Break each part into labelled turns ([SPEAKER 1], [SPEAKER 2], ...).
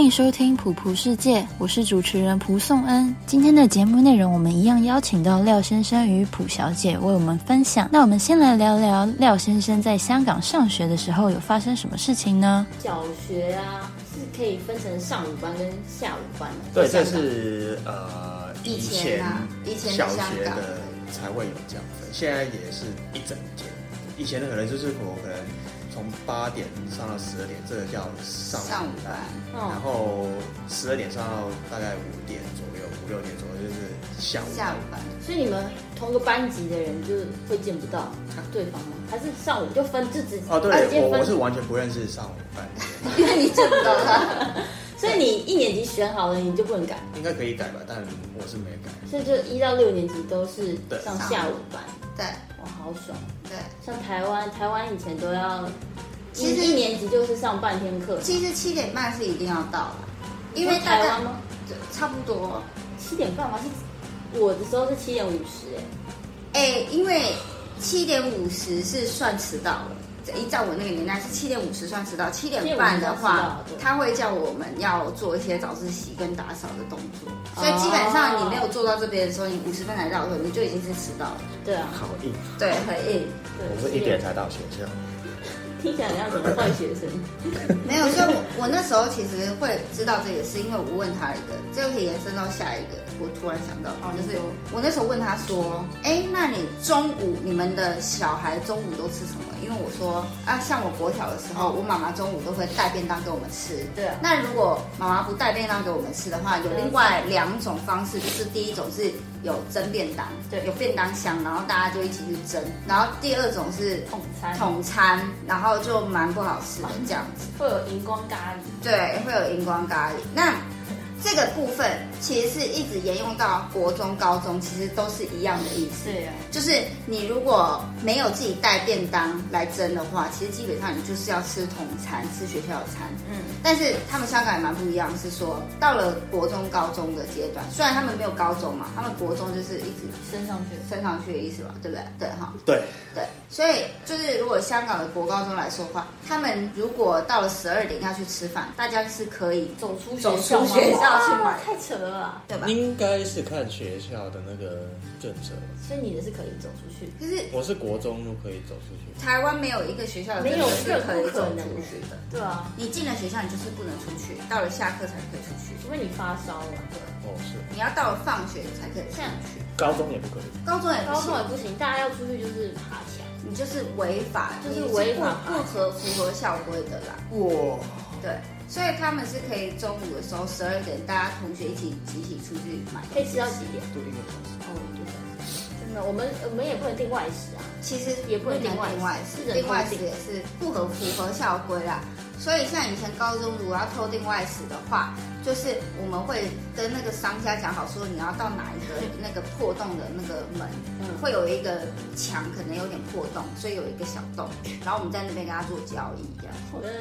[SPEAKER 1] 迎收听《普普世界》，我是主持人蒲颂恩。今天的节目内容，我们一样邀请到廖先生与蒲小姐为我们分享。那我们先来聊聊廖先生在香港上学的时候有发生什么事情呢？
[SPEAKER 2] 小学啊，是可以分成上午班跟下午班的。
[SPEAKER 3] 对，
[SPEAKER 2] 在
[SPEAKER 3] 这
[SPEAKER 2] 香港
[SPEAKER 3] 是呃
[SPEAKER 4] 以
[SPEAKER 3] 以
[SPEAKER 4] 前啊以前的
[SPEAKER 3] 小
[SPEAKER 4] 香
[SPEAKER 3] 学
[SPEAKER 4] 港
[SPEAKER 3] 的才会有这样分，现在也是一整天。以前的可能就是我可能从八点上到十二点，这个叫上
[SPEAKER 4] 上午
[SPEAKER 3] 班
[SPEAKER 4] 班，
[SPEAKER 3] 然
[SPEAKER 2] 哦，
[SPEAKER 3] 后十二点上到大概五点左右，五六点左右就是下午
[SPEAKER 4] 下午班，
[SPEAKER 2] 所以你们同个班级的人就会见不到啊对方吗？还是上午就分就只
[SPEAKER 3] 哦，
[SPEAKER 4] 啊
[SPEAKER 2] 他
[SPEAKER 3] 对
[SPEAKER 2] 直接
[SPEAKER 3] 我
[SPEAKER 2] 分
[SPEAKER 3] 我是完全不认识上午班的人，
[SPEAKER 4] 因为你见不到他。
[SPEAKER 2] 所以你一年级选好了，你就不能改，
[SPEAKER 3] 应该可以改吧，但我是没改。
[SPEAKER 2] 所以就一到六年级都是
[SPEAKER 3] 对
[SPEAKER 2] 上下午班。
[SPEAKER 4] 对
[SPEAKER 2] 哇，好爽！
[SPEAKER 4] 对，
[SPEAKER 2] 像台湾，台湾以前都要一
[SPEAKER 4] 其实
[SPEAKER 2] 一年级就是上半天课，
[SPEAKER 4] 其实七点半是一定要到了，因为大
[SPEAKER 2] 台
[SPEAKER 4] 概
[SPEAKER 2] 湾吗？
[SPEAKER 4] 对差不多。
[SPEAKER 2] 七点半吗？是我的时候是七点五十，哎，
[SPEAKER 4] 哎、因为七点五十是算迟到了。依照我那个年代是七点五十算迟到，七点半的
[SPEAKER 2] 7:50
[SPEAKER 4] 话
[SPEAKER 2] 算迟到对，
[SPEAKER 4] 他会叫我们要做一些早自习跟打扫的动作，所以基本上你没有做到这边的时候，你五十分才到的时候，你就已经是迟到了。
[SPEAKER 2] 对啊，
[SPEAKER 3] 好硬，
[SPEAKER 4] 对，很硬。
[SPEAKER 2] 对
[SPEAKER 3] 我是一点才到学校。
[SPEAKER 2] 听起来很像什么坏学生。
[SPEAKER 4] 没有，所以我我那时候其实会知道这个，是因为我问他一个，这个可以延伸到下一个。我突然想到
[SPEAKER 2] 哦，
[SPEAKER 4] 就
[SPEAKER 2] 你
[SPEAKER 4] 是
[SPEAKER 2] 说
[SPEAKER 4] 我那时候问他说：“哎，那你中午你们的小孩中午都吃什么？”因为我说啊，像我国小的时候，我妈妈中午都会带便当给我们吃。
[SPEAKER 2] 对啊
[SPEAKER 4] 那如果妈妈不带便当给我们吃的话，有另外两种方式，就是第一种是有蒸便当，
[SPEAKER 2] 对
[SPEAKER 4] 有便当箱，然后大家就一起去蒸；然后第二种是
[SPEAKER 2] 统餐
[SPEAKER 4] 统餐，然后就蛮不好吃的这样子。
[SPEAKER 2] 会有荧光咖喱，
[SPEAKER 4] 对，会有荧光咖喱。那这个部分其实是一直沿用到国中、高中，其实都是一样的意思。
[SPEAKER 2] 对啊，
[SPEAKER 4] 就是你如果没有自己带便当来蒸的话，其实基本上你就是要吃统餐，吃学校的餐。
[SPEAKER 2] 嗯，
[SPEAKER 4] 但是他们香港也蛮不一样，是说到了国中、高中的阶段，虽然他们没有高中嘛，他们国中就是一直
[SPEAKER 2] 升上去。
[SPEAKER 4] 升上去的意思吧，对不对？对哈。
[SPEAKER 3] 对，
[SPEAKER 4] 对，所以就是如果香港的国高中来说的话，他们如果到了十二点要去吃饭，大家是可以
[SPEAKER 2] 走出
[SPEAKER 4] 学校吗哇
[SPEAKER 2] 太扯了啊！
[SPEAKER 4] 对吧？
[SPEAKER 3] 应该是看学校的那个政策。
[SPEAKER 2] 所以你的是可以走出去，
[SPEAKER 4] 可是
[SPEAKER 3] 我是国中就可以走出去。
[SPEAKER 4] 台湾没有一个学校的
[SPEAKER 2] 没有
[SPEAKER 4] 人是
[SPEAKER 2] 任
[SPEAKER 4] 可
[SPEAKER 2] 何
[SPEAKER 4] 以
[SPEAKER 2] 可
[SPEAKER 4] 走
[SPEAKER 2] 能
[SPEAKER 4] 出去的。
[SPEAKER 2] 对啊，
[SPEAKER 4] 你进了学校，你就是不能出去，到了下课才可以出去，
[SPEAKER 2] 除非你发烧啊了。
[SPEAKER 3] 哦，是
[SPEAKER 4] 你要到了放学才可以出
[SPEAKER 2] 像
[SPEAKER 4] 去。
[SPEAKER 3] 高中也不可以。
[SPEAKER 4] 高中也不
[SPEAKER 2] 高中也
[SPEAKER 4] 行，
[SPEAKER 2] 不行，大家要出去就是爬墙，
[SPEAKER 4] 你就是违法，
[SPEAKER 2] 就是
[SPEAKER 4] 你不
[SPEAKER 2] 违法
[SPEAKER 4] 不合符合校规的啦。
[SPEAKER 3] 哇，
[SPEAKER 4] 对，所以他们是可以中午的时候十二点，大家同学一起集体出去买东西，
[SPEAKER 2] 可以吃到几点？
[SPEAKER 3] 都一个小时。
[SPEAKER 2] 哦，一个小时。真的，我们我们也不能订外食啊。
[SPEAKER 4] 其实
[SPEAKER 2] 也不能
[SPEAKER 4] 定
[SPEAKER 2] 定外
[SPEAKER 4] 外
[SPEAKER 2] 食
[SPEAKER 4] 食，定外食也是不合符合校规啦。所以像以前高中如果要偷定外食的话，就是我们会跟那个商家讲好，说你要到哪一个那个破洞的那个门，
[SPEAKER 2] 嗯，
[SPEAKER 4] 会有一个墙可能有点破洞，所以有一个小洞，然后我们在那边跟他做交易这样。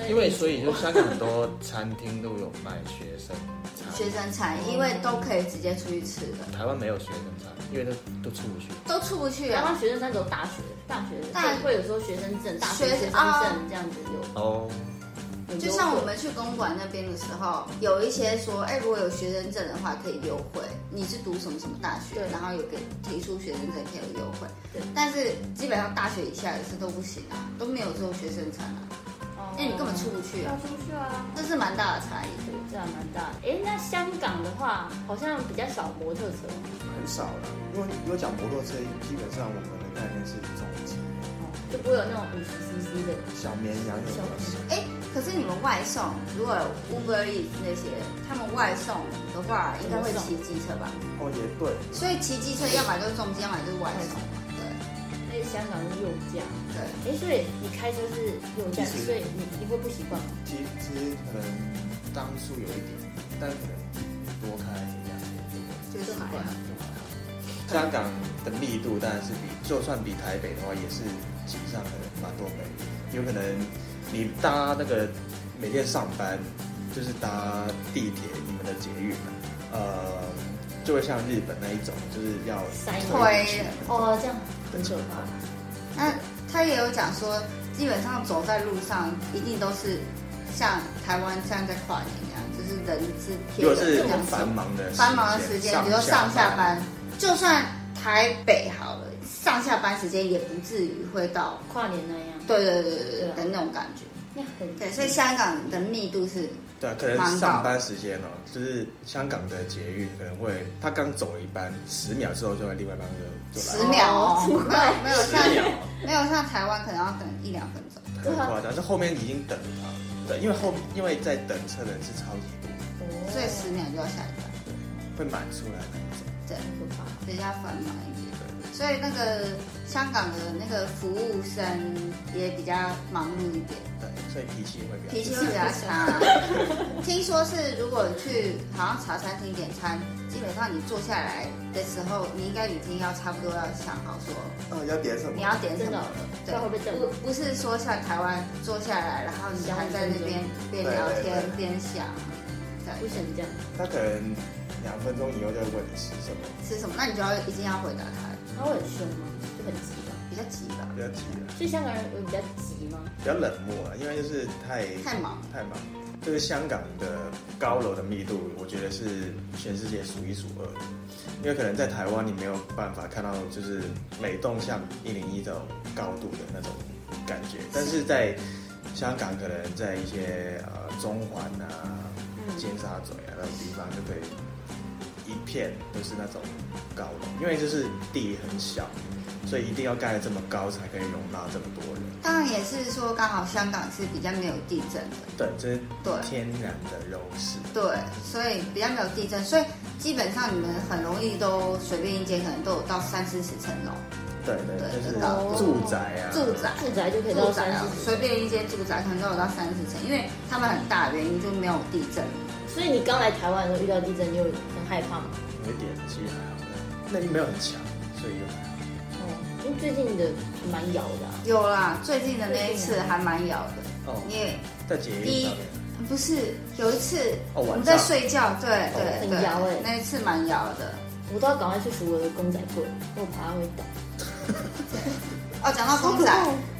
[SPEAKER 3] 因为所以就香港很多餐厅都有卖学生餐，
[SPEAKER 4] 学生餐，因为都可以直接出去吃的，
[SPEAKER 3] 台湾没有学生餐，因为都都出不去。
[SPEAKER 4] 都出不去
[SPEAKER 2] 台
[SPEAKER 4] 啊。
[SPEAKER 2] 湾学生餐走大学，大学
[SPEAKER 4] 大
[SPEAKER 2] 会有时候学生证、大学
[SPEAKER 4] 学
[SPEAKER 2] 学生
[SPEAKER 4] 啊
[SPEAKER 2] 证这样子有
[SPEAKER 3] 哦，
[SPEAKER 2] 有
[SPEAKER 4] 就
[SPEAKER 2] 优
[SPEAKER 4] 像
[SPEAKER 2] 惠
[SPEAKER 4] 我们去公馆那边的时候，有一些说，哎，如果有学生证的话可以优惠，你是读什么什么大学
[SPEAKER 2] 对，
[SPEAKER 4] 然后有给提出学生证可以有优惠
[SPEAKER 2] 对。
[SPEAKER 4] 但是基本上大学以下也是都不行啊，都没有这种学生证啊，
[SPEAKER 2] 哦
[SPEAKER 4] 因为你根本出不去
[SPEAKER 2] 要
[SPEAKER 4] 啊，
[SPEAKER 2] 出去啊。
[SPEAKER 4] 这是蛮大的差异。
[SPEAKER 2] 对，这还蛮大的。哎，那香港的话，好像比较少摩托车。
[SPEAKER 5] 很少了，因为如果讲摩托车，基本上我们的概念是重机，
[SPEAKER 2] 就不会有那种五十 CC 的
[SPEAKER 5] 小绵羊有比较少。
[SPEAKER 4] 哎，可是你们外送，如果有 Uber Eats 那些，他们外送的话，应该会骑机车吧？
[SPEAKER 5] 哦，也对，
[SPEAKER 4] 所以骑机车要么就是重机，要么就是外送嘛。对
[SPEAKER 2] 那是香港是右驾，
[SPEAKER 4] 对。
[SPEAKER 2] 哎，所以你开车是右驾，
[SPEAKER 5] 是
[SPEAKER 2] 所以你你会不习惯吗？
[SPEAKER 5] 其其实可能当初有一点，但可能多开两年就会
[SPEAKER 4] 就是还好
[SPEAKER 5] 就还好。香港的密度当然是比，就算比台北的话，也是挤上了蛮多倍。有可能你搭那个每天上班，就是搭地铁，你们的捷运嘛，呃，就会像日本那一种，就是要
[SPEAKER 2] 塞
[SPEAKER 4] 推
[SPEAKER 5] 进去
[SPEAKER 2] 哦，这样很可怕。
[SPEAKER 4] 那他也有讲说，基本上走在路上一定都是像台湾像在跨年一样，就是就是人是
[SPEAKER 5] 如
[SPEAKER 4] 贴
[SPEAKER 5] 果
[SPEAKER 4] 的
[SPEAKER 5] 是
[SPEAKER 4] 这种
[SPEAKER 5] 繁忙的
[SPEAKER 4] 繁忙的时间，比如上下，班，就算台北好了，上下班时间也不至于会到，
[SPEAKER 2] 跨年那样，
[SPEAKER 4] 对对对对
[SPEAKER 2] 对
[SPEAKER 4] 对
[SPEAKER 2] 啊
[SPEAKER 4] 的那种感觉。
[SPEAKER 2] 那很
[SPEAKER 4] 对，所以香港的密度是
[SPEAKER 5] 对啊，可能
[SPEAKER 4] 蛮高
[SPEAKER 5] 上班时间哦，就是香港的捷运可能会，他刚走一班，十秒之后就会另外一班就就来
[SPEAKER 4] 十
[SPEAKER 5] 了，
[SPEAKER 4] 秒
[SPEAKER 2] 哦
[SPEAKER 4] 哦，没有没有
[SPEAKER 5] 十秒
[SPEAKER 4] 像，没有像台湾可能要等一两分钟。
[SPEAKER 5] 很夸张，就后面已经等不到了，对，因为后因为在等车的人是超级多，
[SPEAKER 2] 哦
[SPEAKER 4] 所以十秒就要下一班，
[SPEAKER 5] 会满出来的那种，
[SPEAKER 4] 对，
[SPEAKER 2] 很可怕。
[SPEAKER 4] 比较繁忙一点。所以那个香港的那个服务生也比较忙碌一点，
[SPEAKER 5] 对，所以脾气会比较
[SPEAKER 4] 脾气会比较 差。听说是如果去好像茶餐厅点餐，基本上你坐下来的时候，你应该已经要差不多要想好说
[SPEAKER 3] 哦，要点什么？
[SPEAKER 4] 你要点什
[SPEAKER 2] 真的
[SPEAKER 4] 么
[SPEAKER 2] 哦
[SPEAKER 4] 了。
[SPEAKER 2] 不然会被整
[SPEAKER 4] 不不是说像台湾坐下来，然后你还在那边边聊天边想，
[SPEAKER 2] 不
[SPEAKER 4] 对，
[SPEAKER 2] 行这样，
[SPEAKER 5] 他可能两分钟以后就会问你吃什么，
[SPEAKER 4] 吃什么，那你就要一定要回答他，
[SPEAKER 2] 他会很凶吗？就很急吗？
[SPEAKER 4] 比较急吧，
[SPEAKER 5] 比较急啊，
[SPEAKER 2] 所以香港人有比较急吗？
[SPEAKER 5] 比较冷漠啊，因为就是太
[SPEAKER 4] 太忙。
[SPEAKER 5] 太忙，就是香港的高楼的密度，我觉得是全世界数一数二的。因为可能在台湾你没有办法看到，就是每栋像一零一这种高度的那种感觉，但是在香港可能在一些呃中环啊、尖沙咀啊那种地方就可以一片都是那种高楼，因为就是地很小，所以一定要盖得这么高才可以容纳这么多人。
[SPEAKER 4] 当然也是说，刚好香港是比较没有地震的，
[SPEAKER 5] 对，这是
[SPEAKER 4] 对
[SPEAKER 5] 天然的优势。
[SPEAKER 4] 对，所以比较没有地震，所以基本上你们很容易都随便一间可能都有到三四十层楼，
[SPEAKER 5] 对对，
[SPEAKER 4] 对
[SPEAKER 5] 就是
[SPEAKER 4] 知道
[SPEAKER 5] 住宅啊，
[SPEAKER 4] 住宅
[SPEAKER 2] 住宅就可以到
[SPEAKER 4] 住宅
[SPEAKER 2] 三
[SPEAKER 4] 啊
[SPEAKER 2] 十，
[SPEAKER 4] 随便一间住宅可能都有到三四层，因为他们很大的原因就没有地震。
[SPEAKER 2] 所以你刚来台湾的时候遇到地震，你有很害怕吗？
[SPEAKER 5] 有一点其实还好，那没有很强，所以又还好。
[SPEAKER 2] 哦，因为最近的蛮摇的、啊，
[SPEAKER 4] 有啦，最近的那一次还蛮咬的，你
[SPEAKER 5] 哦，
[SPEAKER 4] 也
[SPEAKER 5] 在捷运上面，
[SPEAKER 4] 不是有一次
[SPEAKER 5] 哦晚上哦
[SPEAKER 4] 我们在睡觉，对对
[SPEAKER 2] 很
[SPEAKER 4] 对
[SPEAKER 2] 摇欸，
[SPEAKER 4] 那一次蛮摇的。
[SPEAKER 2] 我都要赶快去赎我的公仔柜，我怕它会倒。
[SPEAKER 4] 哦，讲到公仔，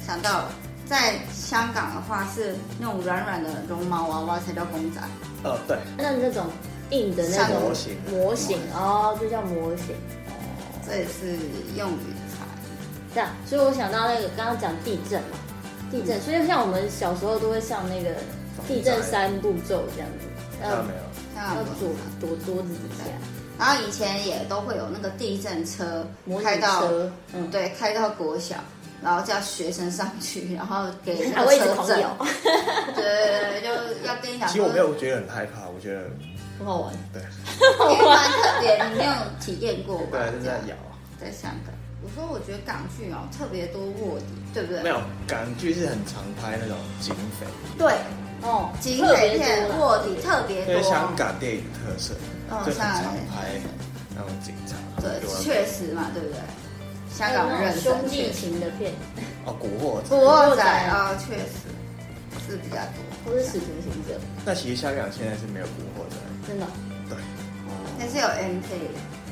[SPEAKER 4] 想到了，在香港的话是那种软软的绒毛娃娃才叫公仔，
[SPEAKER 5] 哦对，
[SPEAKER 2] 那那种硬的那
[SPEAKER 4] 像
[SPEAKER 2] 种
[SPEAKER 5] 模型
[SPEAKER 2] 模型哦，就叫模型。
[SPEAKER 4] 这也是用语的差异。
[SPEAKER 2] 这样，所以我想到那个刚刚讲地震嘛，地震，所以像我们小时候都会上那个地震三步骤这样子，
[SPEAKER 5] 看
[SPEAKER 4] 呃
[SPEAKER 2] 要
[SPEAKER 5] 到没有？
[SPEAKER 4] 香
[SPEAKER 2] 要
[SPEAKER 4] 港公
[SPEAKER 2] 躲
[SPEAKER 4] 仔
[SPEAKER 2] 躲桌子底下，
[SPEAKER 4] 然后以前也都会有那个地震车
[SPEAKER 2] 模
[SPEAKER 4] 开
[SPEAKER 2] 拟
[SPEAKER 4] 到，
[SPEAKER 2] 车，嗯，
[SPEAKER 4] 对，开到国小，然后叫学生上去，然后给那
[SPEAKER 2] 还
[SPEAKER 4] 个
[SPEAKER 2] 会一直
[SPEAKER 4] 车
[SPEAKER 2] 狂
[SPEAKER 4] 震，
[SPEAKER 2] 摇，
[SPEAKER 4] 对对对，就要跟你讲
[SPEAKER 5] 其实我
[SPEAKER 4] 说
[SPEAKER 5] 没，有觉得很害怕，我觉得
[SPEAKER 2] 很好玩。
[SPEAKER 5] 对，
[SPEAKER 4] 因为蛮特别，你没有体验过吧？
[SPEAKER 5] 对，就是在
[SPEAKER 4] 这样
[SPEAKER 5] 摇啊。
[SPEAKER 4] 在香港，我说我觉得港剧哦特别多卧底，对不对？
[SPEAKER 5] 没有，港剧是很常拍那种警匪，
[SPEAKER 4] 对，
[SPEAKER 2] 哦，
[SPEAKER 4] 警
[SPEAKER 2] 特
[SPEAKER 4] 匪
[SPEAKER 2] 别多
[SPEAKER 4] 片
[SPEAKER 2] 啦
[SPEAKER 4] 卧底特别
[SPEAKER 5] 因为
[SPEAKER 4] 多，
[SPEAKER 5] 香港电影特色，
[SPEAKER 4] 哦
[SPEAKER 5] 就很常
[SPEAKER 4] 上来
[SPEAKER 5] 拍那种警察。
[SPEAKER 4] 对
[SPEAKER 5] 就，
[SPEAKER 4] 确实嘛，对不对？香
[SPEAKER 2] 还有
[SPEAKER 4] 港
[SPEAKER 2] 哎那种
[SPEAKER 4] 人认真
[SPEAKER 2] 兄弟情的片，
[SPEAKER 5] 哦，古惑仔。
[SPEAKER 4] 古惑仔啊、哦，确实是比较多，
[SPEAKER 2] 或是使徒行者，
[SPEAKER 5] 那其实香港现在是没有古惑仔，
[SPEAKER 2] 真的
[SPEAKER 5] 对，
[SPEAKER 4] 但是有 M K，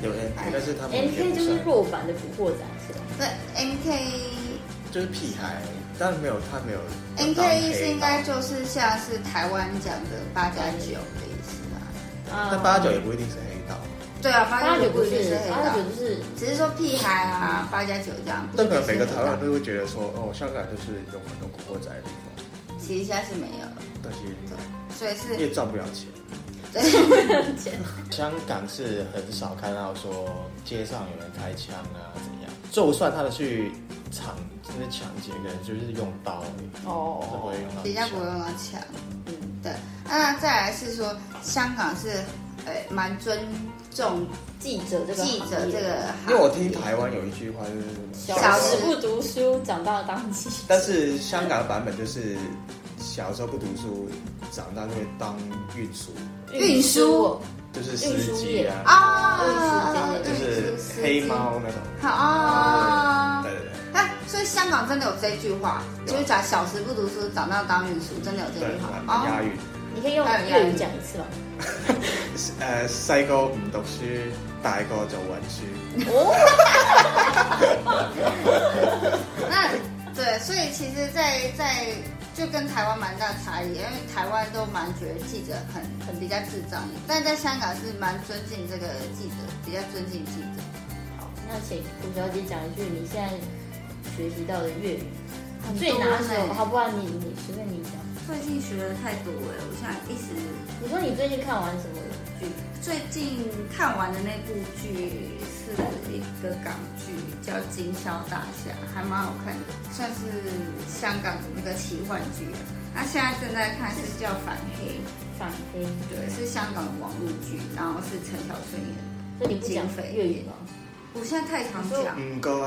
[SPEAKER 5] 有 M
[SPEAKER 4] 哎
[SPEAKER 5] K，但是他们
[SPEAKER 2] ，M
[SPEAKER 5] 也
[SPEAKER 2] K
[SPEAKER 5] 不
[SPEAKER 2] 就是
[SPEAKER 5] 算
[SPEAKER 2] 弱版的古惑仔，是吧？
[SPEAKER 4] 对 M K。
[SPEAKER 5] 就是屁孩，但是没有他没有。
[SPEAKER 4] M K 是应该就是像是台湾讲的八加九的意思吧？
[SPEAKER 2] 啊
[SPEAKER 5] 但八九也不一定是黑道，
[SPEAKER 4] 对啊，八
[SPEAKER 2] 八
[SPEAKER 4] 加
[SPEAKER 2] 九
[SPEAKER 4] 九
[SPEAKER 2] 不
[SPEAKER 4] 不
[SPEAKER 2] 是
[SPEAKER 4] 一定是黑，
[SPEAKER 2] 八
[SPEAKER 4] 道
[SPEAKER 2] 九，就是
[SPEAKER 4] 只是说屁孩啊，八加九这样。
[SPEAKER 5] 但可能每个台湾人
[SPEAKER 4] 人，
[SPEAKER 5] 都会觉得说，哦，香港就是有很多古惑仔的地方，
[SPEAKER 4] 其实现在是没有了，
[SPEAKER 5] 但是
[SPEAKER 4] 所以是
[SPEAKER 5] 也赚不了钱。
[SPEAKER 4] 对
[SPEAKER 5] 香港是很少看到说街上有人开枪啊怎样，就算他们去抢，就是抢劫个人，就是用刀而已，就不
[SPEAKER 2] 哦，
[SPEAKER 5] 会用到
[SPEAKER 4] 比较不
[SPEAKER 5] 枪。
[SPEAKER 4] 用到抢。
[SPEAKER 2] 嗯，
[SPEAKER 4] 对，那再来是说，香港是呃蛮尊重
[SPEAKER 2] 记者这个
[SPEAKER 4] 记者
[SPEAKER 2] 行业
[SPEAKER 4] 这个
[SPEAKER 5] 因为我
[SPEAKER 4] 行
[SPEAKER 5] 听台湾有一句话就是什么
[SPEAKER 2] 小时不读书，长大当记者。
[SPEAKER 5] 但是香港版本就是小时候不读书，长大就会当运输，
[SPEAKER 4] 运输
[SPEAKER 5] 就是司机啊，
[SPEAKER 4] 啊，
[SPEAKER 2] 运输
[SPEAKER 5] 就
[SPEAKER 2] 间
[SPEAKER 5] 是黑猫那种。
[SPEAKER 4] 好啊。
[SPEAKER 5] 对对对，
[SPEAKER 4] 啊，所以香港真的有这句话，
[SPEAKER 5] 有
[SPEAKER 4] 就是讲小时不读书，长大当运输，真的有这句
[SPEAKER 5] 对，
[SPEAKER 4] 话
[SPEAKER 5] 蛮蛮押
[SPEAKER 4] 哦。
[SPEAKER 5] 韵。
[SPEAKER 2] 你可以用粤语讲一次吗？
[SPEAKER 5] 誒細個唔讀書，大個做運輸。
[SPEAKER 2] 哦，
[SPEAKER 4] 那对，所以其实在，在就跟台湾蛮大差异，因为台湾都蛮觉得记者很很比较智障，但在香港是蛮尊敬这个记者，比较尊敬记者。
[SPEAKER 2] 好，那请胡小姐讲一句你现在学习到的粤语
[SPEAKER 4] 很
[SPEAKER 2] 最
[SPEAKER 4] 多
[SPEAKER 2] 拿
[SPEAKER 4] 呢
[SPEAKER 2] 手，好不好？你你随便你讲。
[SPEAKER 6] 最近学的太多了，我现在一时
[SPEAKER 2] 你说你最近看完什么剧？
[SPEAKER 6] 最近看完的那部剧是一个港剧，叫《经销大厦》，还蛮好看的。
[SPEAKER 4] 算是香港的那个奇幻剧啊，
[SPEAKER 6] 那现在正在看是叫《反黑
[SPEAKER 2] 反黑，》，
[SPEAKER 6] 对，是香港的网络剧，然后是陈小春演的。
[SPEAKER 2] 所以你不
[SPEAKER 6] 警
[SPEAKER 2] 讲
[SPEAKER 6] 匪
[SPEAKER 2] 粤语吗？
[SPEAKER 6] 我现在太常讲，
[SPEAKER 5] 嗯，各位，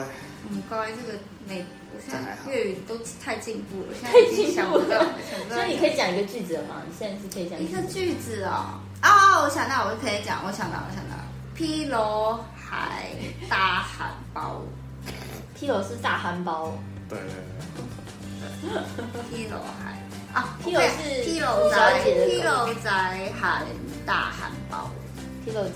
[SPEAKER 6] 嗯，乖，这个美，我现
[SPEAKER 5] 这还
[SPEAKER 6] 在
[SPEAKER 5] 好
[SPEAKER 6] 粤语都太进步了，我现在已经想不到，想不到
[SPEAKER 2] 所以你可以讲一个句子了吗？你现在是可以讲
[SPEAKER 6] 一个句子哦。
[SPEAKER 4] 哦，我想到，我可以讲，我想到，我想到，
[SPEAKER 6] 披罗海大汉堡，
[SPEAKER 2] 披头是大憨包，
[SPEAKER 5] 对对对，
[SPEAKER 6] 披罗海
[SPEAKER 4] 啊，
[SPEAKER 2] 披头是
[SPEAKER 4] 披楼
[SPEAKER 2] 小
[SPEAKER 4] 仔，
[SPEAKER 2] 姐的
[SPEAKER 4] 披
[SPEAKER 2] 狗
[SPEAKER 4] 楼仔喊大喊包，
[SPEAKER 2] 披头仔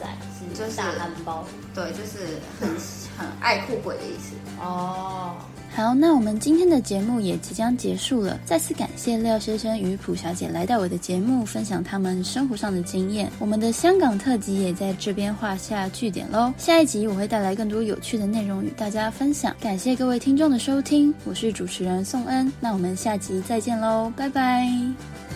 [SPEAKER 4] 就是是
[SPEAKER 2] 大憨包
[SPEAKER 4] 对，就是很很爱酷鬼的意思。
[SPEAKER 2] 哦。
[SPEAKER 1] 好，那我们今天的节目也即将结束了。再次感谢廖先生与朴小姐来到我的节目，分享他们生活上的经验。我们的香港特辑也在这边画下句点喽。下一集我会带来更多有趣的内容与大家分享。感谢各位听众的收听，我是主持人宋恩。那我们下集再见喽，拜拜。